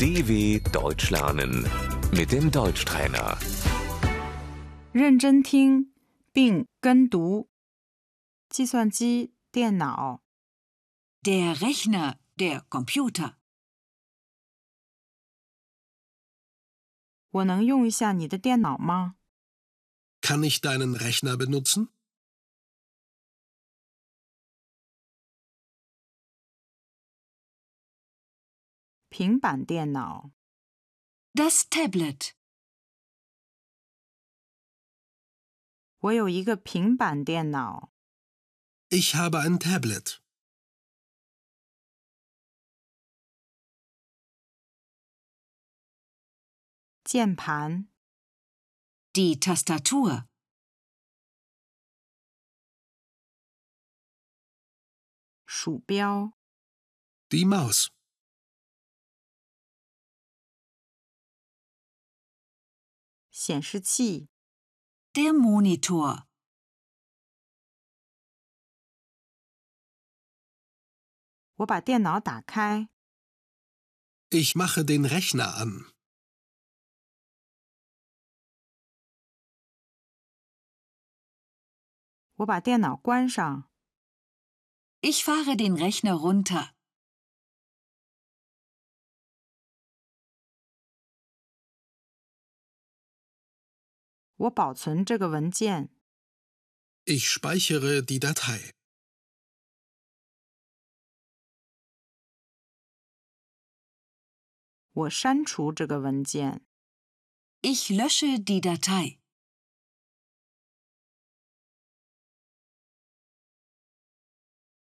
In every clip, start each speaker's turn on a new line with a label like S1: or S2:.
S1: DW Deutsch lernen mit dem Deutschtrainer.
S2: 认真听并跟读。计算机、电脑、
S3: Der Rechner, der Computer.
S2: 我能用一下你的电脑吗？
S4: Kann ich deinen Rechner benutzen?
S2: 平板电脑、
S3: Das Tablet.
S2: 我有一个平板电脑。
S4: Ich habe ein Tablet.
S2: 键盘、
S3: Die Tastatur.
S2: 鼠标、
S4: Die Maus.
S2: 显示器、
S3: Der Monitor.
S2: 我把电脑打开，
S4: Ich mache den Rechner an.
S2: 我把电脑关上，
S3: Ich fahre den Rechner runter.
S2: 我保存这个文件。
S4: Ich speichere die Datei.
S2: 我删除这个文件。
S3: Ich lösche die Datei.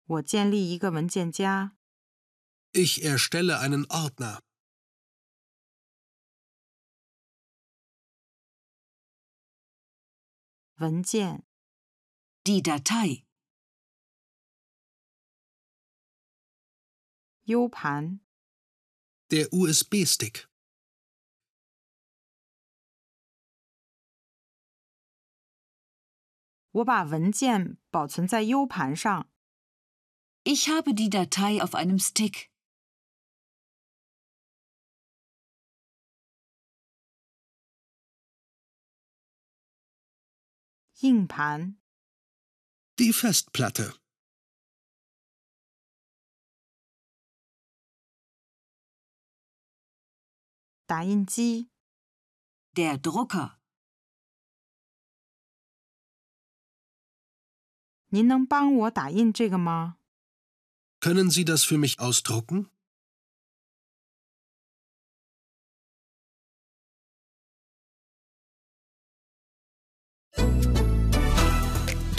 S2: 我建立一个文件夹。
S4: Ich erstelle einen Ordner.
S2: 文件、
S3: Die Datei.
S2: U 盘、
S4: Der USB-Stick.
S2: 我把文件保存在 U 盘上。
S3: Ich habe die Datei auf einem Stick.
S2: 硬盘、
S4: Die Festplatte.
S2: 打印机、
S3: Der Drucker.
S2: 您能帮我打印这个吗？
S4: Können Sie das für mich ausdrucken?